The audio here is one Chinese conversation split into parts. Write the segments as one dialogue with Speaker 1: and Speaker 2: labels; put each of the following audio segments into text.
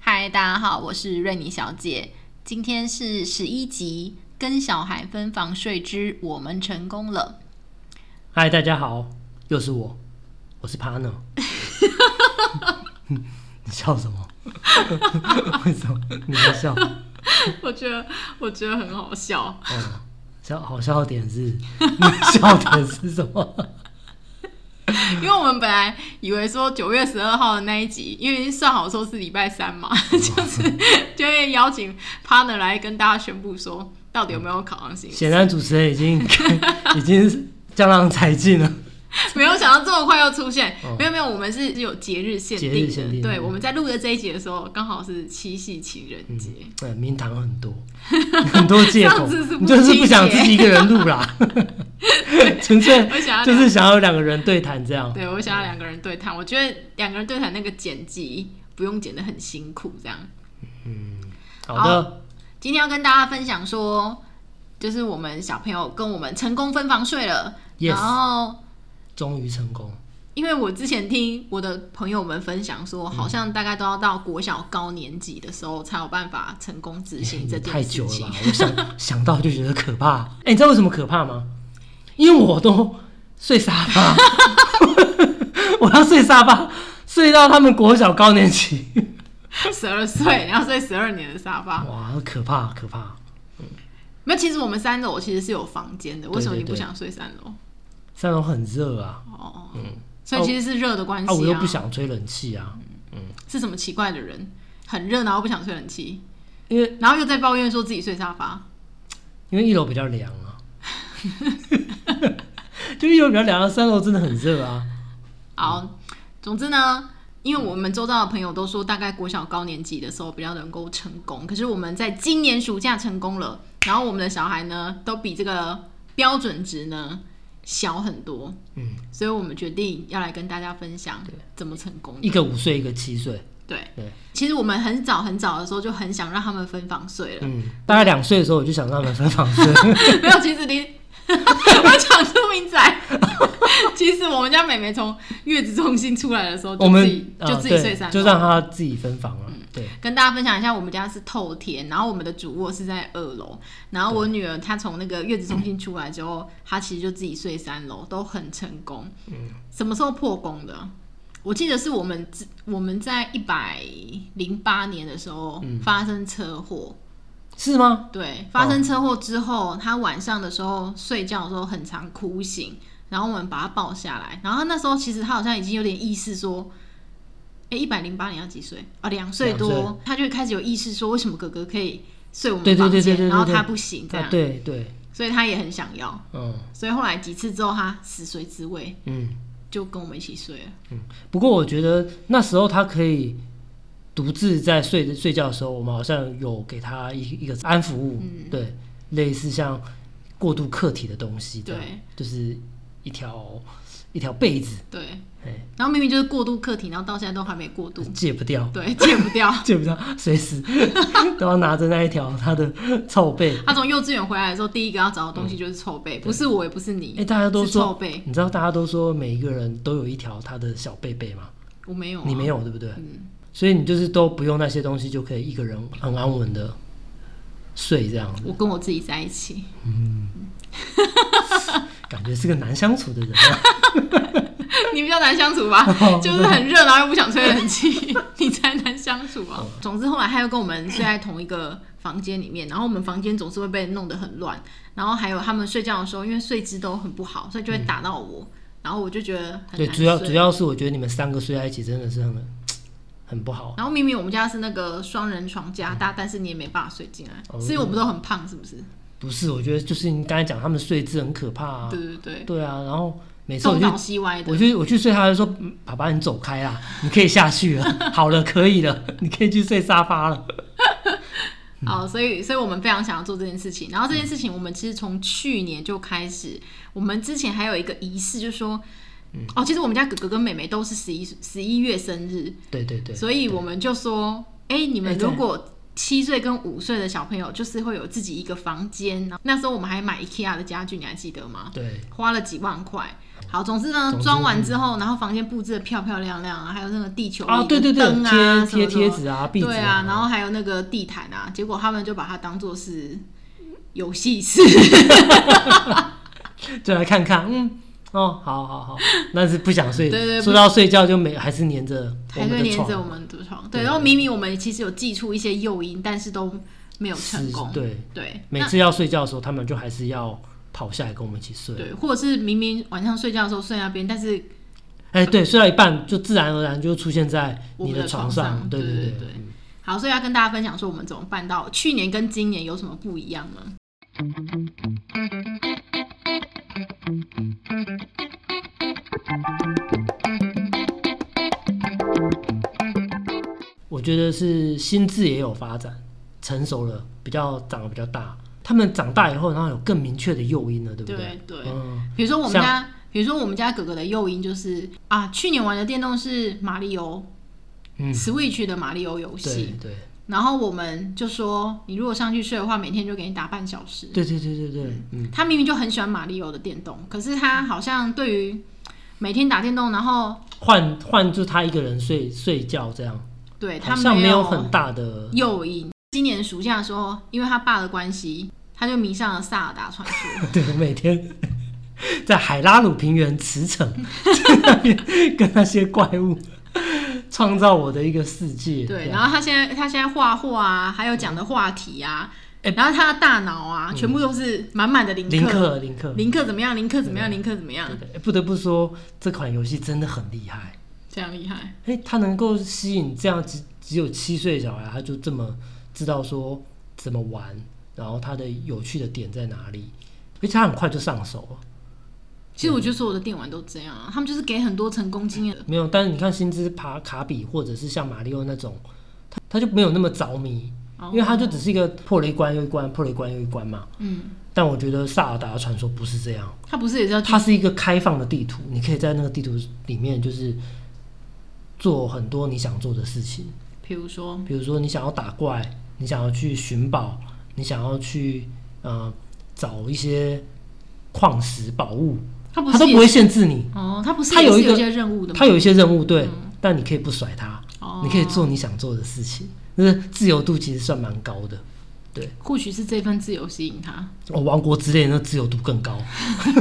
Speaker 1: 嗨，大家好，我是瑞妮小姐。今天是十一集，跟小孩分房睡之我们成功了。
Speaker 2: 嗨，大家好，又是我，我是 Partner。你笑 什么？为什么你在笑？
Speaker 1: 我觉得，我觉得很好笑。
Speaker 2: 哦，笑好笑点是，你笑点是什 么？
Speaker 3: 因为我们本来以为说九月十二号的那一集，因为算好说是礼拜三嘛， 就是就会邀请 partner 来跟大家宣布说到底有没有考上新，
Speaker 2: 显然主持人 已经已经江郎才尽了。
Speaker 3: 没有想到这么快又出现
Speaker 2: 哦。
Speaker 3: 没有没有，我们是有节日限
Speaker 2: 节
Speaker 3: 定
Speaker 2: 日限定
Speaker 3: 的。
Speaker 2: 对
Speaker 3: 对，我们在录的这一集的时候，刚好是七夕情人节。
Speaker 2: 对，名堂很多， 很多借口，
Speaker 3: 上次是不
Speaker 2: 你就是不想
Speaker 3: 理解
Speaker 2: 自己一个人录啦， 纯粹
Speaker 3: 我想要
Speaker 2: 就是想要两个人对谈这样。
Speaker 3: 对我想要两个人对谈，我觉得两个人对谈那个剪辑不用剪得很辛苦，这样。
Speaker 2: 好的。
Speaker 3: 今天要跟大家分享说，就是我们小朋友跟我们成功分房睡了
Speaker 2: Yes
Speaker 3: 然后
Speaker 2: 终于成功，
Speaker 3: 因为我之前听我的朋友们分享说，好像大概都要到国小高年级的时候才有办法成功执行这
Speaker 2: 嗯哎太
Speaker 3: 件
Speaker 2: 久
Speaker 3: 事
Speaker 2: 了
Speaker 3: 情
Speaker 2: 吧。？我想想到就觉得可怕。 哎、你知道为什么可怕吗？因为我都睡沙发， 我要睡沙发，睡到他们国小高年级，
Speaker 3: 十二岁，然后睡十二年的沙发。
Speaker 2: 哇，可怕可怕！
Speaker 3: 没有，其实我们三楼其实是有房间的，
Speaker 2: 对
Speaker 3: 为什么你
Speaker 2: 对
Speaker 3: 不
Speaker 2: 对
Speaker 3: 想睡三楼？
Speaker 2: 三楼很热啊，
Speaker 3: 哦，所以其实是热的关系
Speaker 2: 啊，我又不想吹冷气啊，
Speaker 3: 是什么奇怪的人？很热，然后不想吹冷气，
Speaker 2: 因为
Speaker 3: 然后又在抱怨说自己睡沙发。
Speaker 2: 因为一楼比较凉啊， 就一楼比较凉啊，三楼真的很热啊。
Speaker 3: 好，总之呢，因为我们周遭的朋友都说，大概国小高年级的时候比较能够成功，可是我们在今年暑假成功了，然后我们的小孩呢，都比这个标准值呢小很多，
Speaker 2: 嗯，
Speaker 3: 所以我们决定要来跟大家分享怎么成功
Speaker 2: 一
Speaker 3: 的。
Speaker 2: 个五岁，一个七岁，
Speaker 3: 对，
Speaker 2: 对
Speaker 3: 其实我们很早很早的时候就很想让他们分房睡 了，
Speaker 2: 嗯，大概两岁的时候我就想让他们分房 睡，
Speaker 3: 没有，其实你。 我讲出名仔， 其实我们家妹妹从月子中心出来的时候，就
Speaker 2: 我
Speaker 3: 自
Speaker 2: 们
Speaker 3: 己、
Speaker 2: 啊
Speaker 3: 就自己
Speaker 2: 对
Speaker 3: 睡嗯三楼，
Speaker 2: 就让他自己分房了、啊对，
Speaker 3: 跟大家分享一下，我们家是透天，然后我们的主卧是在二楼，然后我女儿她从那个月子中心出来之后，她其实就自己睡三楼，都很成功。嗯，什么时候破功的？我记得是我们自我们在一百零八年的时候发生车祸，
Speaker 2: 是吗？
Speaker 3: 对，发生车祸之后，她晚上的时候睡觉的时候很常哭醒，然后我们把她抱下来，然后她那时候其实她好像已经有点意识说，哎、1一百零八年要几岁啊？两岁
Speaker 2: 两
Speaker 3: 多，她就会开始有意识说，为什么哥哥可以睡我们
Speaker 2: 对
Speaker 3: 房
Speaker 2: 对
Speaker 3: 间，
Speaker 2: 对对对对
Speaker 3: 然后
Speaker 2: 对
Speaker 3: 她不行这样，
Speaker 2: 啊、对对，
Speaker 3: 所以她也很想要，
Speaker 2: 嗯
Speaker 3: 所以后来几次之后，她死睡之位
Speaker 2: 嗯。
Speaker 3: 就跟我们一起睡了。
Speaker 2: 不过我觉得那时候他可以独自在睡睡觉的时候，我们好像有给他一一个安抚物，
Speaker 3: 嗯
Speaker 2: 对，类似像过渡客体的东西，这样
Speaker 3: 对，
Speaker 2: 就是一条一条被子，
Speaker 3: 对
Speaker 2: 哎，
Speaker 3: 然后明明就是过渡课题，然后到现在都还没 过渡，
Speaker 2: 戒不掉，
Speaker 3: 对，戒不掉。
Speaker 2: 戒不掉，随时都要拿着那一条他的臭被。
Speaker 3: 他从幼稚园回来的时候，第一个要找的东西就是臭被，不是我，也不是你。
Speaker 2: 嗯哎、大家都
Speaker 3: 是臭
Speaker 2: 说
Speaker 3: 被，
Speaker 2: 你知道大家都说每一个人都有一条他的小被被吗？
Speaker 3: 我没有、啊，
Speaker 2: 你没有对不对？所以你就是都不用那些东西，就可以一个人很安稳的睡，这样
Speaker 3: 我跟我自己在一起。
Speaker 2: 感觉是个难相处的人、 啊。
Speaker 3: 你比较难相处吧，
Speaker 2: 哦
Speaker 3: 就是很热，然后又不想吹冷气， 你才难相处啊。
Speaker 2: 哦
Speaker 3: 总之后来他又跟我们睡在同一个房间里面，然后我们房间总是会被弄得很乱，然后还有他们睡觉的时候，因为睡姿都很不好，所以就会打到我，然后我就觉得很
Speaker 2: 嗯对，
Speaker 3: 难
Speaker 2: 主要主
Speaker 3: 睡。
Speaker 2: 要是我觉得你们三个睡在一起真的是很很不好。
Speaker 3: 然后明明我们家是那个双人床加大，但是你也没办法睡进来，
Speaker 2: 嗯哦
Speaker 3: 是因为我们都很胖，是不是？
Speaker 2: 不是，我觉得就是你刚才讲他们睡姿很可怕啊。
Speaker 3: 对对对，
Speaker 2: 对啊，然后每次我
Speaker 3: 东
Speaker 2: 去
Speaker 3: 倒西歪的
Speaker 2: 我。去我去睡，他就说：“嗯爸爸，你走开啦，你可以下去 了，好了，可以了，你可以去睡沙发了。
Speaker 3: 好，哦所以所以我们非常想要做这件事情。然后这件事情，我们其实从去年就开始，我们之前还有一个仪式，就是说，
Speaker 2: 嗯
Speaker 3: 哦，其实我们家哥哥跟妹妹都是十一十一月生日，”
Speaker 2: 对对对，
Speaker 3: 所以我们就说，哎、你
Speaker 2: 哎
Speaker 3: 们
Speaker 2: 对
Speaker 3: 如果七岁跟五岁的小朋友，就是会有自己一个房间。那时候我们还买 IKEA 的家具，你还记得吗？
Speaker 2: 对
Speaker 3: 花了几万块。好，总之呢
Speaker 2: 总，之
Speaker 3: 装完之后，然后房间布置的漂漂亮亮啊，还有那个地球仪
Speaker 2: 啊，对对对，
Speaker 3: 灯啊，什
Speaker 2: 贴
Speaker 3: 么
Speaker 2: 贴
Speaker 3: 什
Speaker 2: 贴
Speaker 3: 么
Speaker 2: 纸啊，壁纸
Speaker 3: 对啊，然后还有那个地毯啊，结果他们就把它当做是游戏 室，
Speaker 2: 就来看看，嗯，哦，好好好，但是不想睡，
Speaker 3: 对对
Speaker 2: 说到睡觉就没，还是黏着
Speaker 3: 还
Speaker 2: 我们
Speaker 3: 会
Speaker 2: 的
Speaker 3: 连
Speaker 2: 床，
Speaker 3: 着我们的床。
Speaker 2: 对
Speaker 3: 对，然后明明我们其实有寄出一些诱因，但是都没有成
Speaker 2: 是
Speaker 3: 功。
Speaker 2: 对，
Speaker 3: 对，
Speaker 2: 每
Speaker 3: 那
Speaker 2: 次要睡觉的时候，他们就还是要跑下来跟我们一起睡。
Speaker 3: 对，或者是明明晚上睡觉的时候睡那边，但是
Speaker 2: 哎，对，睡到一半就自然而然就出现在
Speaker 3: 我
Speaker 2: 你
Speaker 3: 们的
Speaker 2: 床
Speaker 3: 床上
Speaker 2: 对
Speaker 3: 对
Speaker 2: 对
Speaker 3: 对对
Speaker 2: 嗯
Speaker 3: 好，所以要跟大家分享说我们怎么办到去年跟今年有什么不一样呢？
Speaker 2: 我觉得是心智也有发展，成熟了，比较长得比较大。他们长大以后，然后有更明确的诱因了，对不
Speaker 3: 对对，
Speaker 2: 嗯，
Speaker 3: 比如说我们家，比如说我们家哥哥的诱因就是啊，去年玩的电动是马里欧、
Speaker 2: 嗯
Speaker 3: Switch 的马里欧游
Speaker 2: 对
Speaker 3: 戏，
Speaker 2: 对
Speaker 3: 然后我们就说，你如果上去睡的话，每天就给你打半小时。
Speaker 2: 对对对对对，嗯，
Speaker 3: 他明明就很喜欢马里欧的电动，可是他好像对于每天打电动，然后
Speaker 2: 换换就他一个人睡睡觉这样，
Speaker 3: 对他
Speaker 2: 好像没
Speaker 3: 有
Speaker 2: 有很大的
Speaker 3: 诱因。今年暑假的时候，因为他爸的关系，他就迷上了萨尔达传说。
Speaker 2: 对，我每天 在海拉鲁平原驰骋， 在那边跟那些怪物创造我的一个世界。啊
Speaker 3: 对，
Speaker 2: 这
Speaker 3: 然
Speaker 2: 样
Speaker 3: 后他现在他现在画画啊，还有讲的话题啊，然后他的大脑啊，全部都是满满的林
Speaker 2: 哎嗯林
Speaker 3: 克。
Speaker 2: 克林克，
Speaker 3: 林克怎么样？林克怎么样？林克怎么样
Speaker 2: 对？对对不得不说这款游戏真的很厉害。
Speaker 3: 这样厉害。
Speaker 2: 哎、它能够吸引这样只只有七岁的小孩，他就这么知道说怎么玩，然后它的有趣的点在哪里，而且他很快就上手了。
Speaker 3: 其实我觉得所有的电玩都这样啊，他们就是给很多成功经验。
Speaker 2: 没有，但是你看薪资爬卡比或者是像马里奥那种，他他就没有那么着迷，
Speaker 3: 哦
Speaker 2: 因为他就只是一个破了一关又一关，破了一关又一关嘛。
Speaker 3: 嗯，
Speaker 2: 但我觉得《萨尔达传说》不是这样，
Speaker 3: 他不是也是要去
Speaker 2: 它是一个开放的地图，你可以在那个地图里面就是做很多你想做的事情。
Speaker 3: 比如说，
Speaker 2: 比如说你想要打怪，你想要去寻宝，你想要去呃找一些矿石宝物，
Speaker 3: 他不是
Speaker 2: 它都不
Speaker 3: 也
Speaker 2: 会限制你。
Speaker 3: 哦，他不是
Speaker 2: 它有
Speaker 3: 也
Speaker 2: 一
Speaker 3: 是
Speaker 2: 个
Speaker 3: 有一些任务的吗？
Speaker 2: 它有一些任务对，但你可以不甩它，
Speaker 3: 哦，
Speaker 2: 你可以做你想做的事情，就是自由度其实算蛮高的。
Speaker 3: 或许是这份自由吸引他。
Speaker 2: 哦，王国之恋那自由度更高。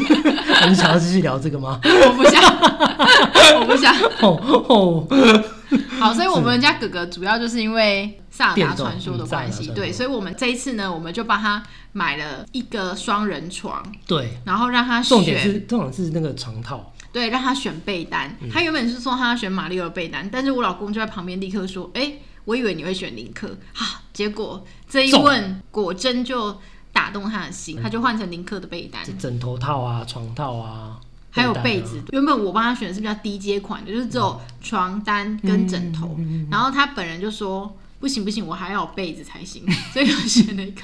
Speaker 2: 你想要继续聊这个吗？
Speaker 3: 我不想，我不想。
Speaker 2: 哦哦，
Speaker 3: 好，所以我们家哥哥主要就是因为《萨尔达传说》的关
Speaker 2: 电
Speaker 3: 系，
Speaker 2: 动嗯
Speaker 3: 对，
Speaker 2: 萨
Speaker 3: 所以我们这一次呢，我们就帮他买了一个双人床，
Speaker 2: 对，
Speaker 3: 然后让他选，
Speaker 2: 重点是嗯重点是那个床套，
Speaker 3: 对，让他选被单。他原本是说他要选马里奥被单，但是我老公就在旁边立刻说：“哎、我以为你会选林克啊！”结果这一
Speaker 2: 中
Speaker 3: 问，果真就打动他的心，他就换成林克的被单。
Speaker 2: 就枕头套啊、床套啊，
Speaker 3: 还有
Speaker 2: 单啊
Speaker 3: 被子，原本我帮他选的是比较低阶款的，就是只
Speaker 2: 嗯
Speaker 3: 有床单跟枕头，然后他本人就说不行不行，我还要有被子才行， 所以我选了一个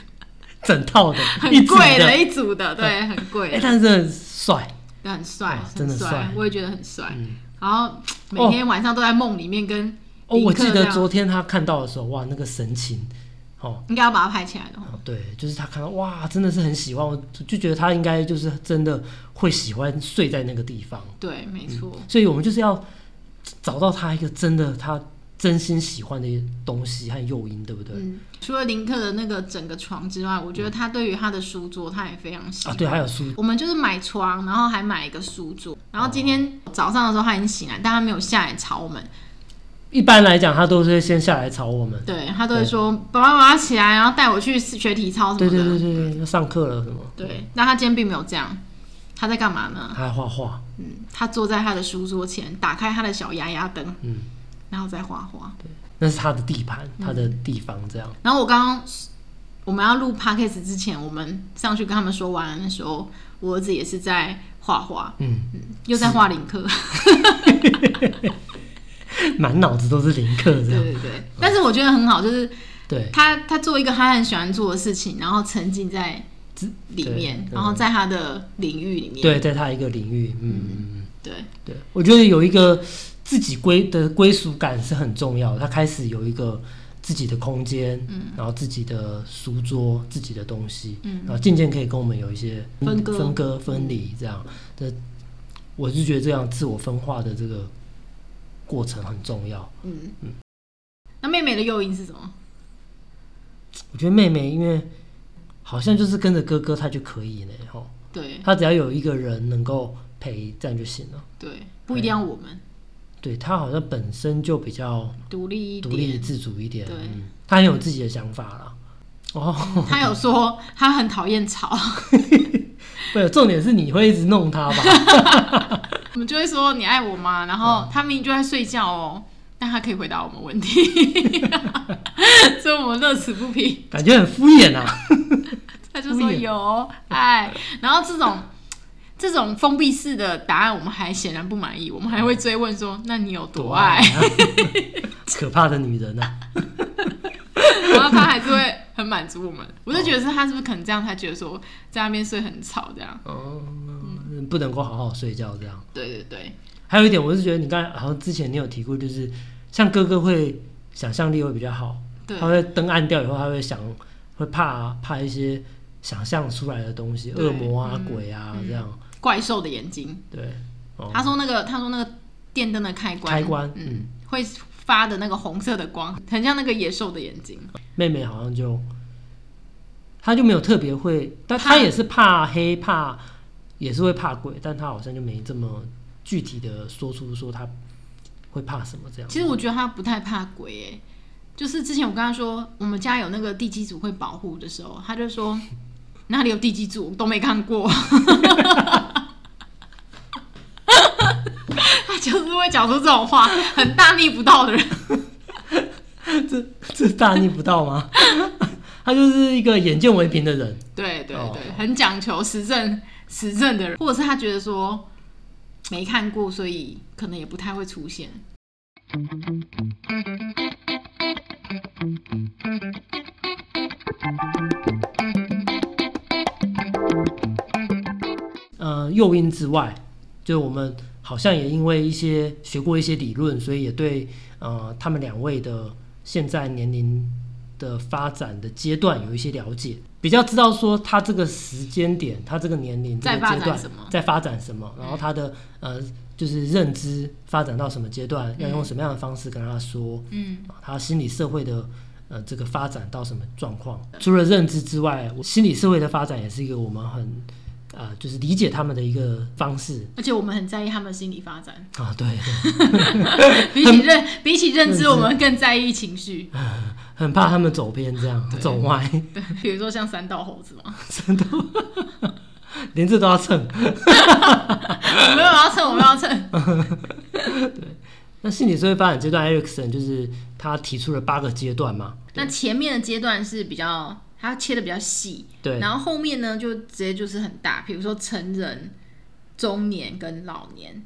Speaker 2: 整套的， 一
Speaker 3: 很
Speaker 2: 组
Speaker 3: 贵
Speaker 2: 的
Speaker 3: 的一组的，对，很贵
Speaker 2: 哎、
Speaker 3: 的，
Speaker 2: 但是很帅，
Speaker 3: 但很帅
Speaker 2: 哇，真
Speaker 3: 很
Speaker 2: 的帅
Speaker 3: 帅，我也觉得很帅
Speaker 2: 嗯。
Speaker 3: 然后每天晚上都在梦里面跟
Speaker 2: 哦，我记
Speaker 3: 林克这
Speaker 2: 得
Speaker 3: 样
Speaker 2: 昨天他看到的时候，哇，那个神情，哦，
Speaker 3: 应该要把它拍起来的哦，
Speaker 2: 哦对，就是他看到，哇，真的是很喜欢，我就觉得他应该就是真的会喜欢睡在那个地方，
Speaker 3: 对，没错。
Speaker 2: 所以我们就是要找到他一个真的他真心喜欢的东西和诱因，对不对？
Speaker 3: 嗯，除了林克的那个整个床之外，我觉得他对于他的书桌他也非常喜
Speaker 2: 啊，
Speaker 3: 欢。
Speaker 2: 对，还有书，
Speaker 3: 我们就是买床，然后还买一个书桌。然后今天早上的时候他已经醒来，但他没有下来吵我们。
Speaker 2: 一般来讲他都是会先下来吵我们，
Speaker 3: 对他都会说：“爸爸，我要起来，然后带我去学体操什
Speaker 2: 对
Speaker 3: 么的。
Speaker 2: 对对对哦对，要上课了什么，
Speaker 3: 对但他今天并没有这样。他在干嘛呢？
Speaker 2: 他还画画，
Speaker 3: 嗯，他坐在他的书桌前，打开他的小牙牙灯，
Speaker 2: 嗯，
Speaker 3: 然后再画画。
Speaker 2: 那是他的地盘，他的地方这样，
Speaker 3: 然后我刚刚我们要录 podcast 之前，我们上去跟他们说晚安的时候，我儿子也是在画画，
Speaker 2: 嗯，
Speaker 3: 又在画林 克。
Speaker 2: 满脑子都是林克这
Speaker 3: 对
Speaker 2: 样。
Speaker 3: 对对，但是我觉得很好，就是
Speaker 2: 对，
Speaker 3: 他他做一个他很喜欢做的事情，然后沉浸在里面
Speaker 2: 对，对
Speaker 3: 然后在他的领域里面。
Speaker 2: 对，在他一个领域，嗯，
Speaker 3: 对
Speaker 2: 对，我觉得有一个自己归的归属感是很重要的。他开始有一个自己的空间，嗯，然后自己的书桌、自己的东西，嗯，然后渐渐可以跟我们有一些
Speaker 3: 分割
Speaker 2: 分割、分离这样的。我是觉得这样自我分化的这个过程很重要。
Speaker 3: 嗯那妹妹的诱因是什么？
Speaker 2: 我觉得妹妹因为好像就是跟着哥哥，她就可以呢，吼，
Speaker 3: 对
Speaker 2: 她只要有一个人能够陪，这样就行了。
Speaker 3: 对，不一定要
Speaker 2: 哎
Speaker 3: 我们
Speaker 2: 对他好像本身就比较
Speaker 3: 独立一
Speaker 2: 独立
Speaker 3: 点。
Speaker 2: 自主一点，
Speaker 3: 对
Speaker 2: 嗯，他很有自己的想法啦。哦，
Speaker 3: 他有说他很讨厌吵，
Speaker 2: 对，重点是你会一直弄他吧？
Speaker 3: 我们就会说你爱我吗？然
Speaker 2: 嗯
Speaker 3: 后他明明就在睡觉哦，但他可以回答我们问题， 所以我们乐此不疲。
Speaker 2: 感觉很敷 衍啊。
Speaker 3: 他就说有爱，然后这种这种封闭式的答案，我们还显然不满意，我们还会追问说：“那你有多爱
Speaker 2: 啊 可怕的女人啊！？”
Speaker 3: 然后他还是会很满足我们。我就觉得是他是不是可能这样，他觉得说在那边睡很吵这样。
Speaker 2: 哦，不能够好好睡觉这样。
Speaker 3: 对对对，
Speaker 2: 还有一点，我是觉得你刚才好像之前你有提过，就是像哥哥会想象力会比较好，
Speaker 3: 对
Speaker 2: 他会灯暗掉以后，他会想会怕怕一些想象出来的东西，
Speaker 3: 对
Speaker 2: 恶魔啊、鬼
Speaker 3: 嗯
Speaker 2: 啊这样。
Speaker 3: 怪兽的眼睛，
Speaker 2: 对，哦，
Speaker 3: 他说那个他说那个电灯的开关，
Speaker 2: 开关，嗯
Speaker 3: 嗯，会发的那个红色的光，很像那个野兽的眼睛。
Speaker 2: 妹妹好像就，她就没有特别会，但
Speaker 3: 怕
Speaker 2: 她也是怕黑怕，也是会怕鬼，但她好像就没这么具体的说出说她会怕什么这样。
Speaker 3: 其实我觉得他不太怕鬼、欸，就是之前我跟他说我们家有那个地基组会保护的时候，他就 说哪里有地基组都没看 过，他就是会讲出这种话，很大逆不道的人。
Speaker 2: 这这大逆不道吗？ 她就是一个眼见为凭的人，
Speaker 3: 对对对，
Speaker 2: 哦
Speaker 3: 很讲求实证实证的人，或者是他觉得说没看过，所以可能也不太会出现。
Speaker 2: 呃，诱因之外，就是我们好像也因为一些学过一些理论，所以也对呃他们两位的现在年龄的发展的阶段有一些了解，比较知道说他这个时间点，他这个年龄这
Speaker 3: 在
Speaker 2: 个
Speaker 3: 发
Speaker 2: 阶
Speaker 3: 展
Speaker 2: 段
Speaker 3: 什么
Speaker 2: 在发展什么，然后他的呃就是认知发展到什么阶段，要用什么样的方式跟他说，
Speaker 3: 嗯，
Speaker 2: 啊他心理社会的呃这个发展到什么状况。除了认知之外，我心理社会的发展也是一个我们很呃就是理解他们的一个方式
Speaker 3: 而且我们很在意他们的心理发 展，
Speaker 2: 啊，对，
Speaker 3: 比起认比起认知，我们更在意情绪。
Speaker 2: 很怕他们走偏这样走歪，
Speaker 3: 对， 比如说像三道猴子嘛，
Speaker 2: 连这都要蹭。
Speaker 3: 我没有要蹭，我没有要 蹭。
Speaker 2: 那心理社会发展阶段，Erickson 就是他提出了八个阶段嘛，
Speaker 3: 那前面的阶段是比较，它切的比较细，
Speaker 2: 对，
Speaker 3: 然后后面呢就直接就是很大，比如说成人、中年跟老年。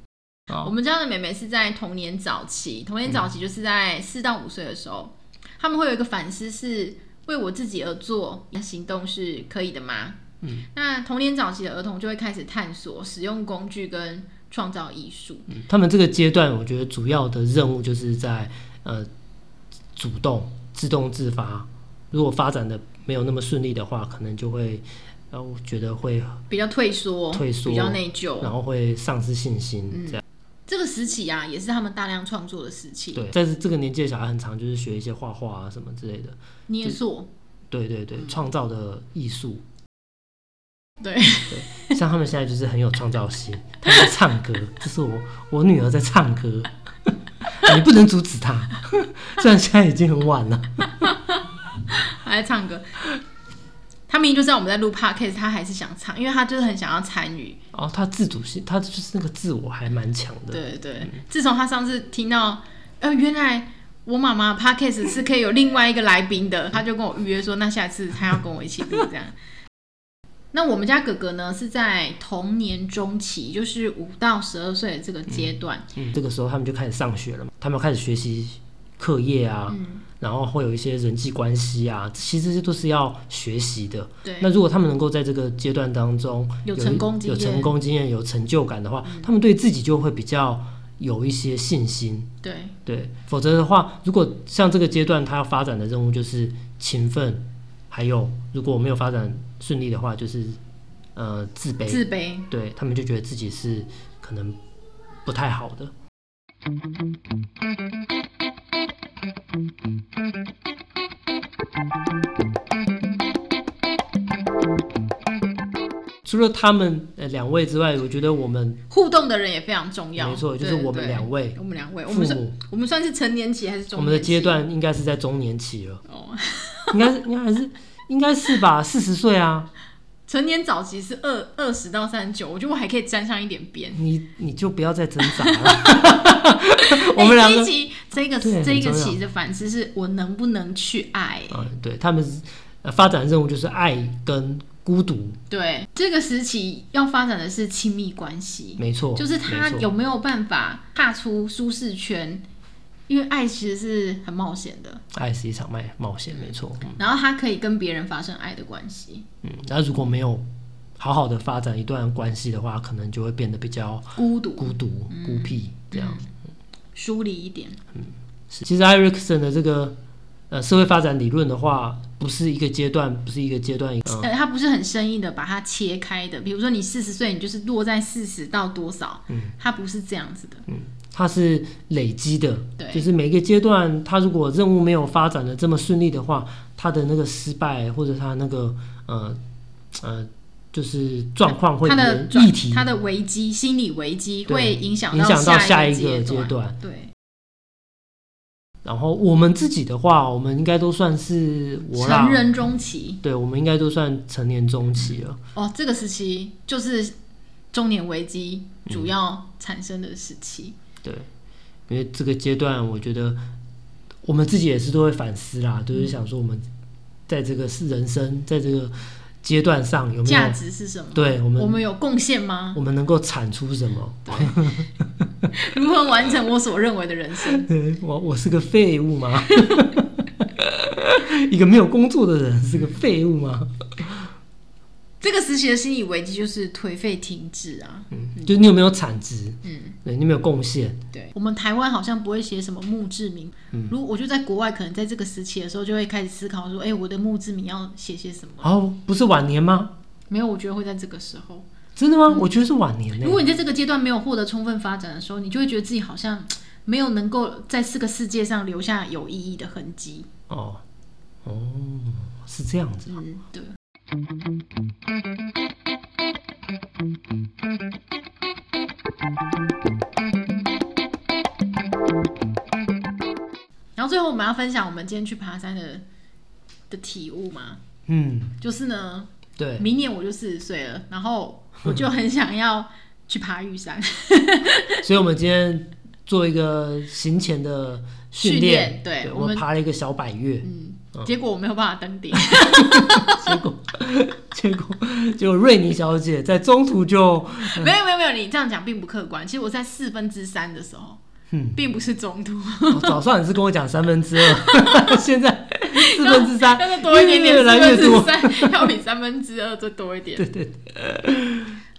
Speaker 2: 哦
Speaker 3: 我们家的妹妹是在童年早期，童年早期就是在四到五岁的时候，他们会有一个反思是为我自己而做，行动是可以的吗？嗯，那童年早期的儿童就会开始探索使用工具跟创造艺术。
Speaker 2: 嗯他们这个阶段，我觉得主要的任务就是在呃主动、自动自发。如果发展的没有那么顺利的话，可能就会呃，我觉得会，
Speaker 3: 比较退缩，
Speaker 2: 退缩
Speaker 3: 比较内疚。
Speaker 2: 然后会丧失信心。这样
Speaker 3: 这个时期啊，也是他们大量创作的时期，
Speaker 2: 对，但是这个年纪的小孩很常就是学一些画画啊什么之类的。
Speaker 3: 捏塑。
Speaker 2: 对对对，创造的艺术，
Speaker 3: 对，
Speaker 2: 像他们现在就是很有创造性，他们在唱歌， 这是我我女儿在唱歌， 你不能阻止她， 虽然现在已经很晚了。
Speaker 3: 还在唱歌。他明明就知道我们在录 podcast，他还是想唱，因为他就是很想要参与。
Speaker 2: 哦，他自主性，他就是那个自我还蛮强的。
Speaker 3: 对对对，自从他上次听到，呃，原来我妈妈 podcast 是可以有另外一个来宾的，她就跟我预约说，那下次她要跟我一起录这样。 那我们家哥哥呢是在童年中期，就是五到十二岁的这个阶段，
Speaker 2: 嗯，这个时候他们就开始上学了嘛，他们开始学习课业啊，
Speaker 3: 嗯
Speaker 2: 然后会有一些人际关系啊，其实这都是要学习的。
Speaker 3: 对，
Speaker 2: 那如果他们能够在这个阶段当中
Speaker 3: 有成功经
Speaker 2: 有
Speaker 3: 验，
Speaker 2: 成功经验、有成就感的话，他们对自己就会比较有一些信心。
Speaker 3: 对
Speaker 2: 对，否则的话，如果像这个阶段他要发展的任务就是勤奋，还有如果没有发展顺利的话，就是呃自卑。
Speaker 3: 自卑，
Speaker 2: 对他们就觉得自己是可能不太好的。除了他们呃两位之外，我觉得我们
Speaker 3: 互动的人也非常重要。
Speaker 2: 没错，就是
Speaker 3: 对
Speaker 2: 我们，两位
Speaker 3: 对我们两位，我
Speaker 2: 父
Speaker 3: 们算
Speaker 2: 母，
Speaker 3: 我们算是成年期还是中
Speaker 2: 我们的
Speaker 3: 年
Speaker 2: 阶
Speaker 3: 期
Speaker 2: 段应该是在中年期了，
Speaker 3: 哦，
Speaker 2: 应该是应该还是应该是吧，四十岁啊，
Speaker 3: 成年早期是二二十到三十九，我觉得我还可以沾上一点边。
Speaker 2: 你你就不要再挣扎了。 我们两
Speaker 3: 哎
Speaker 2: 个
Speaker 3: 这一集这个
Speaker 2: 对
Speaker 3: 这一个
Speaker 2: 很重要
Speaker 3: 期的反思是我能不能去爱？
Speaker 2: 嗯，对他们呃发展任务就是爱跟孤独，
Speaker 3: 对，这个时期要发展的是亲密关系，
Speaker 2: 没错，
Speaker 3: 就是他
Speaker 2: 没错
Speaker 3: 有没有办法踏出舒适圈，因为爱其实是很冒险的，
Speaker 2: 爱是一场冒冒险，没错，
Speaker 3: 然后他可以跟别人发生爱的关系，
Speaker 2: 嗯，那如果没有好好的发展一段关系的话，可能就会变得比较
Speaker 3: 孤独、
Speaker 2: 孤独、
Speaker 3: 嗯
Speaker 2: 孤僻这样。
Speaker 3: 疏离一点。
Speaker 2: 是其实艾瑞克森的这个呃社会发展理论的话，不是一个阶段，不是一个阶段，嗯，
Speaker 3: 呃，它不是很生硬的把它切开的，比如说你四十岁，你就是落在四十到多少，
Speaker 2: 嗯
Speaker 3: 它不是这样子的，
Speaker 2: 它是累积的，
Speaker 3: 对
Speaker 2: 就是每个阶段，他如果任务没有发展的这么顺利的话，他的那个失败或者他那个呃呃，就是状况会
Speaker 3: 它的
Speaker 2: 连
Speaker 3: 转
Speaker 2: 议题
Speaker 3: 它的危机、心理危机
Speaker 2: 对
Speaker 3: 会影响
Speaker 2: 影响到下
Speaker 3: 一
Speaker 2: 一个阶
Speaker 3: 段。
Speaker 2: 段。
Speaker 3: 对，
Speaker 2: 然后我们自己的话，我们应该都算是我啦
Speaker 3: 成，人中期
Speaker 2: 对，我们应该都算成年中期了。
Speaker 3: 哦，这个时期就是中年危机
Speaker 2: 嗯
Speaker 3: 主要产生的时期。
Speaker 2: 因为这个阶段，我觉得我们自己也是都会反思啦，就是想说我们在这个是人生在这个阶段上有没有
Speaker 3: 价值是什么？
Speaker 2: 对我们
Speaker 3: 我们有贡献吗？
Speaker 2: 我们能够产出什么？
Speaker 3: 如何完成我所认为的人生？
Speaker 2: 我我是个废物吗？ 一个没有工作的人是个废物吗？
Speaker 3: 这个时期的心理危机就是颓废停滞啊。
Speaker 2: 就你有没有产值？
Speaker 3: 嗯，
Speaker 2: 对你有没有贡献？
Speaker 3: 对，我们台湾好像不会写什么墓志铭。如我就在国外，可能在这个时期的时候，就会开始思考说，哎、我的墓志铭要写些什么？
Speaker 2: 哦，不是晚年吗？
Speaker 3: 没有，我觉得会在这个时候。
Speaker 2: 真的吗？我觉得是晚年呢、
Speaker 3: 如果你在这个阶段没有获得充分发展的时候，你就会觉得自己好像没有能够在这个世界上留下有意义的痕迹。
Speaker 2: 哦，哦，是这样子。
Speaker 3: 嗯，对。然后最后我们要分享我们今天去爬山的的体悟嘛，
Speaker 2: 嗯，
Speaker 3: 就是呢，
Speaker 2: 对，
Speaker 3: 明年我就四十岁了，然后我就很想要去爬玉 山
Speaker 2: 所以我们今天做一个行前的训
Speaker 3: 训
Speaker 2: 练，
Speaker 3: 练对我
Speaker 2: 我们
Speaker 3: 们
Speaker 2: 爬了一个小百越，哦
Speaker 3: 结果我没有办法登 顶，
Speaker 2: 结果结果结果瑞妮小姐在中途就
Speaker 3: 没有没有没有，你这样讲并不客观。其实我在四分之三的时候，
Speaker 2: 嗯
Speaker 3: 并不是中途，
Speaker 2: 哦早上你是跟我讲三分之二， 现在四分之三
Speaker 3: 要再，多一点点，
Speaker 2: 越来越
Speaker 3: 四
Speaker 2: 多。
Speaker 3: 分之三 要比三分之二再多一点，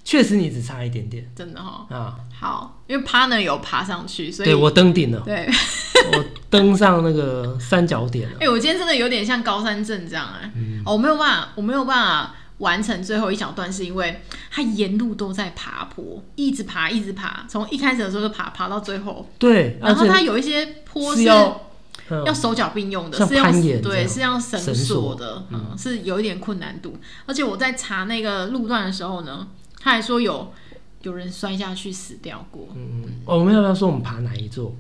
Speaker 2: 确实你只差一点点
Speaker 3: 真的哈、
Speaker 2: 啊！
Speaker 3: 好，因为 partner 有爬上去，所以
Speaker 2: 对我登顶了，
Speaker 3: 对
Speaker 2: 我登上那个三角点了
Speaker 3: 哎、。我今天真的有点像高山症这样哎、
Speaker 2: 嗯
Speaker 3: 哦，我没有办法，我没有办法完成最后一小段，是因为它沿路都在爬坡，一直爬，一直爬，从一开始的时候就爬，爬到最后，
Speaker 2: 对，
Speaker 3: 然后
Speaker 2: 而且
Speaker 3: 它有一些坡
Speaker 2: 是
Speaker 3: 是
Speaker 2: 要嗯
Speaker 3: 要手脚并用的，
Speaker 2: 像
Speaker 3: 是要
Speaker 2: 攀岩这
Speaker 3: 对，
Speaker 2: 样
Speaker 3: 是要绳
Speaker 2: 绳
Speaker 3: 索
Speaker 2: 索
Speaker 3: 的，嗯，是有一点困难度。而且我在查那个路段的时候呢，他还说有有人摔下去死掉过，
Speaker 2: 哦我们要不要说我们爬哪一座？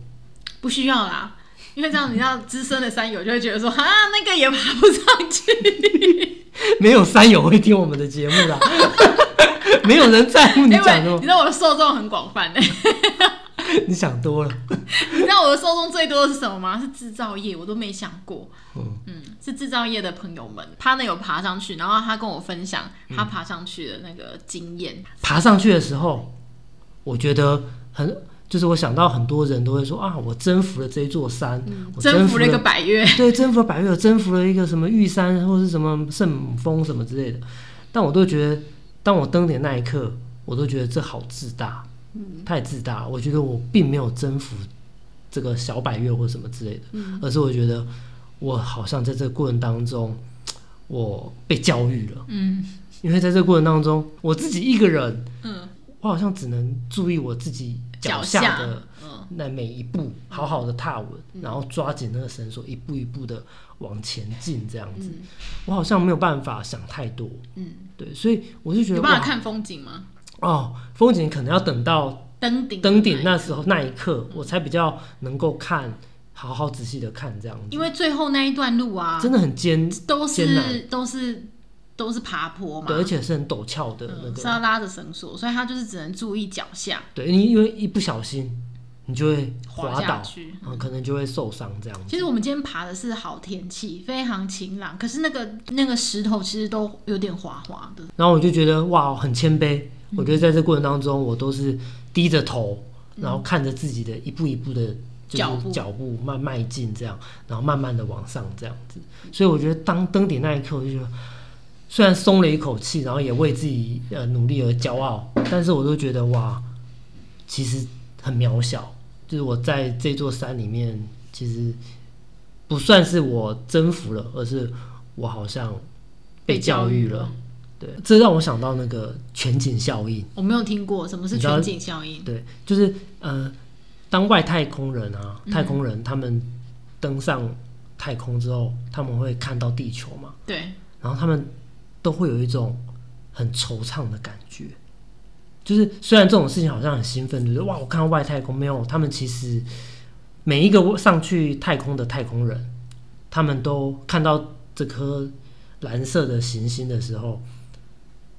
Speaker 3: 不需要啦，因为这样你知道资深的山友就会觉得说啊，那个也爬不上去。
Speaker 2: 没有山友会听我们的节目 啦，没有人在乎你
Speaker 3: 因为
Speaker 2: 讲什么
Speaker 3: 哎 你。知道我的受众很广泛的、
Speaker 2: 你想多了。
Speaker 3: 你知道我的受众最多的是什么吗？是制造业，我都没想过。
Speaker 2: 嗯
Speaker 3: 嗯，是制造业的朋友们，他呢有爬上去，然后他跟我分享他
Speaker 2: 嗯
Speaker 3: 爬上去的那个经验。
Speaker 2: 爬上去的时候，我觉得很，就是我想到很多人都会说啊，我征服了这一座山，我
Speaker 3: 征
Speaker 2: 嗯服
Speaker 3: 服了嗯一个百越，
Speaker 2: 对，征服了百越，征服了一个什么玉山或是什么圣母峰什么之类的。但我都觉得，当我登顶那一刻，我都觉得这好自大，
Speaker 3: 嗯
Speaker 2: 太自大了。我觉得我并没有征服这个小百越或什么之类的，
Speaker 3: 嗯
Speaker 2: 而是我觉得我好像在这个过程当中，我被教育了。
Speaker 3: 嗯
Speaker 2: 因为在这个过程当中，我自己一个人，
Speaker 3: 嗯，
Speaker 2: 我好像只能注意我自己脚
Speaker 3: 脚
Speaker 2: 下
Speaker 3: 下
Speaker 2: 的
Speaker 3: 嗯
Speaker 2: 那每一步，好好的踏稳，然后抓紧那个绳索，一步一步的往前进，这样子。
Speaker 3: 嗯
Speaker 2: 我好像没有办法想太多，
Speaker 3: 嗯，
Speaker 2: 对，所以我就觉
Speaker 3: 有
Speaker 2: 得
Speaker 3: 办
Speaker 2: 哇
Speaker 3: 法，看风景吗？
Speaker 2: 哦，风景可能要等到
Speaker 3: 登顶，
Speaker 2: 登顶那时候那一刻，
Speaker 3: 嗯
Speaker 2: 我才比较能够看，好好仔细的看这样子，
Speaker 3: 因为最后那一段路啊，
Speaker 2: 真的很艰，
Speaker 3: 都
Speaker 2: 艰难
Speaker 3: 是都是都是爬坡嘛
Speaker 2: 对，，而且是很陡峭的那
Speaker 3: 嗯
Speaker 2: 个
Speaker 3: 是要拉着绳索，所以他就是只能注意脚下
Speaker 2: 对，你因为一不小心，你就会滑
Speaker 3: 下
Speaker 2: 倒，
Speaker 3: 去。
Speaker 2: 嗯，可能就会受伤这样子。
Speaker 3: 其实我们今天爬的是好天气，非常晴朗，可是那个那个石头其实都有点滑滑的。
Speaker 2: 然后我就觉得哇，很谦卑。我
Speaker 3: 嗯
Speaker 2: 觉得在这过程当中，我都是低着头，然后看着自己的一步一步的，
Speaker 3: 嗯
Speaker 2: 就
Speaker 3: 脚
Speaker 2: 是
Speaker 3: 步
Speaker 2: 脚步慢迈进这样，然后慢慢的往上这样子。
Speaker 3: 嗯
Speaker 2: 所以我觉得当登顶那一刻，我就觉得虽然松了一口气，然后也为自己呃努力而骄傲，但是我都觉得哇，其实很渺小。就是我在这座山里面，其实不算是我征服了，而是我好像被
Speaker 3: 被教
Speaker 2: 教育
Speaker 3: 育
Speaker 2: 了
Speaker 3: 了。
Speaker 2: 对，这让我想到那个全景效应。
Speaker 3: 我没有听过什么是
Speaker 2: 你知道
Speaker 3: 全景效应，
Speaker 2: 对，就是呃，当外太空人啊，太空人他们登上太空之后，他们会看到地球嘛，
Speaker 3: 对，
Speaker 2: 然后他们都会有一种很惆怅的感觉。就是虽然这种事情好像很兴奋，就是哇，我看到外太空没有？他们其实每一个上去太空的太空人，他们都看到这颗蓝色的行星的时候，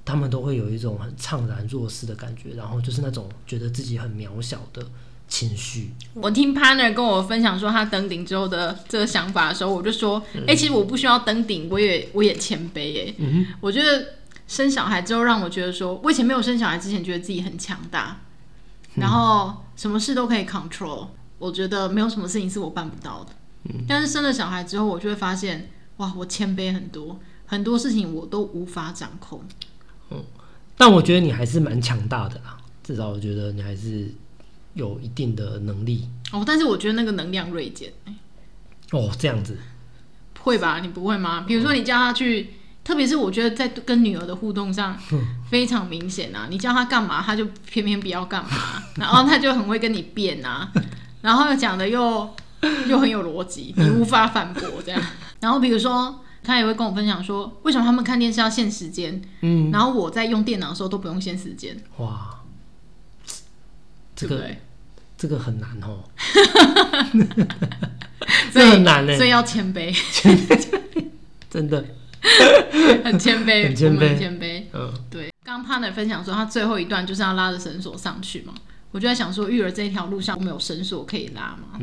Speaker 2: 他们都会有一种很怅然若失的感觉，然后就是那种觉得自己很渺小的情绪。
Speaker 3: 我听 partner 跟我分享说他登顶之后的这个想法的时候，我就说，哎、其实我不需要登顶，我也我也谦卑哎、
Speaker 2: 嗯
Speaker 3: 我觉得生小孩之后让我觉得说，我以前没有生小孩之前觉得自己很强大，然后什么事都可以 control，我觉得没有什么事情是我办不到的。但是生了小孩之后，我就会发现，哇，我谦卑很多，很多事情我都无法掌控。
Speaker 2: 但我觉得你还是蛮强大的啦，至少我觉得你还是有一定的能力。
Speaker 3: 哦，但是我觉得那个能量锐减。
Speaker 2: 哦，这样子，
Speaker 3: 会吧？你不会
Speaker 2: 嗯
Speaker 3: 吗？比如说你叫他去，特别是我觉得在跟女儿的互动上非常明显啊。你叫他干嘛，他就偏偏不要干嘛， 然后他就很会跟你辩啊，然后又讲的又又很有逻 辑，你无法反驳这样。然后比如说。他也会跟我分享说，为什么他们看电视要限时间，
Speaker 2: 嗯，
Speaker 3: 然后我在用电脑的时候都不用限时间，
Speaker 2: 哇，这
Speaker 3: 对不
Speaker 2: 个
Speaker 3: 对？
Speaker 2: 这个很难 哦，
Speaker 3: 所以
Speaker 2: 这很难欸
Speaker 3: 所以要谦卑，
Speaker 2: 真的，
Speaker 3: 很谦卑，
Speaker 2: 很谦
Speaker 3: 我们
Speaker 2: 卑
Speaker 3: 很谦卑。
Speaker 2: 嗯，
Speaker 3: 对，刚刚 partner 分享说，他最后一段就是要拉着绳索上去嘛。我就在想说，育儿这一条路上，我们有绳索可以拉吗？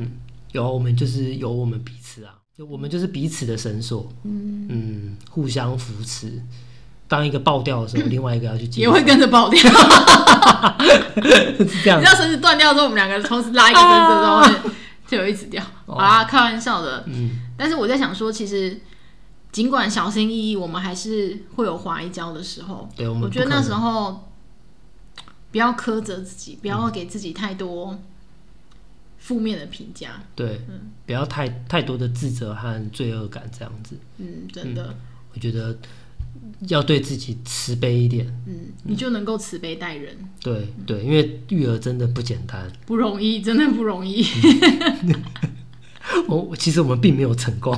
Speaker 2: 有啊我们就是有我们彼此啊，就我们就是彼此的绳索，嗯互相扶持。当一个爆掉的时候， 另外一个要去接
Speaker 3: 也会跟着爆掉。
Speaker 2: 是 这样
Speaker 3: 你知 道绳子断掉之后，我们两个同时拉一个绳子之后，就有一直掉。
Speaker 2: 啊哦
Speaker 3: 啊，开玩笑的。
Speaker 2: 嗯
Speaker 3: 但是我在想说，其实尽管小心翼翼，我们还是会有滑一跤的时候。
Speaker 2: 对我们
Speaker 3: 觉得
Speaker 2: 不可能
Speaker 3: 那时候不要苛责自己，不
Speaker 2: 嗯
Speaker 3: 要给自己太多负面的评价。
Speaker 2: 对，
Speaker 3: 嗯
Speaker 2: 不要太太多的自责和罪恶感，这样子，
Speaker 3: 嗯，真的。
Speaker 2: 我觉得要对自己慈悲一点。
Speaker 3: 嗯，你就能够慈悲待人，
Speaker 2: 对对，因为育儿真的不简单。
Speaker 3: 不容易，真的不容易。
Speaker 2: 嗯 我哦其实我们并没有成功。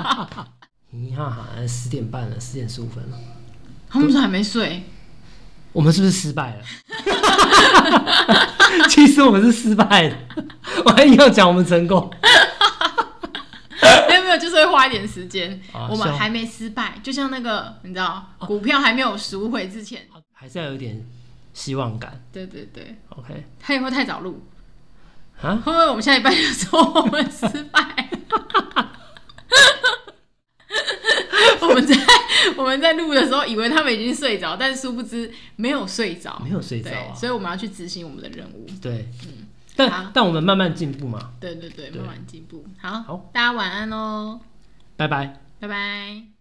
Speaker 2: 咦哈哈，十点半了，十点十五分了，
Speaker 3: 他们说还没睡，
Speaker 2: 我们是不是失败了？ 其实我们是失败的，我还硬要讲我们成功。
Speaker 3: 没有没有，就是会花一点时间。
Speaker 2: 啊哦
Speaker 3: 我
Speaker 2: 是
Speaker 3: 们
Speaker 2: 啊
Speaker 3: 还没失败，就像那个你知道，股票还没有赎回之前，
Speaker 2: 还是要有一点希望感。
Speaker 3: 对对对，
Speaker 2: OK，
Speaker 3: 他也会太早录，
Speaker 2: 啊
Speaker 3: 会不会我们下礼拜就说我们失 败？我们在我们在录的时候，以为他们已经睡着，但是殊不知没有睡着，
Speaker 2: 没有睡着啊
Speaker 3: 对，所以我们要去执行我们的任务。
Speaker 2: 对，
Speaker 3: 好
Speaker 2: 但但我们慢慢进步嘛，
Speaker 3: 对对对，
Speaker 2: 对
Speaker 3: 慢慢进步。好，
Speaker 2: 好
Speaker 3: 大家晚安喽，
Speaker 2: 拜拜。
Speaker 3: 哦拜拜。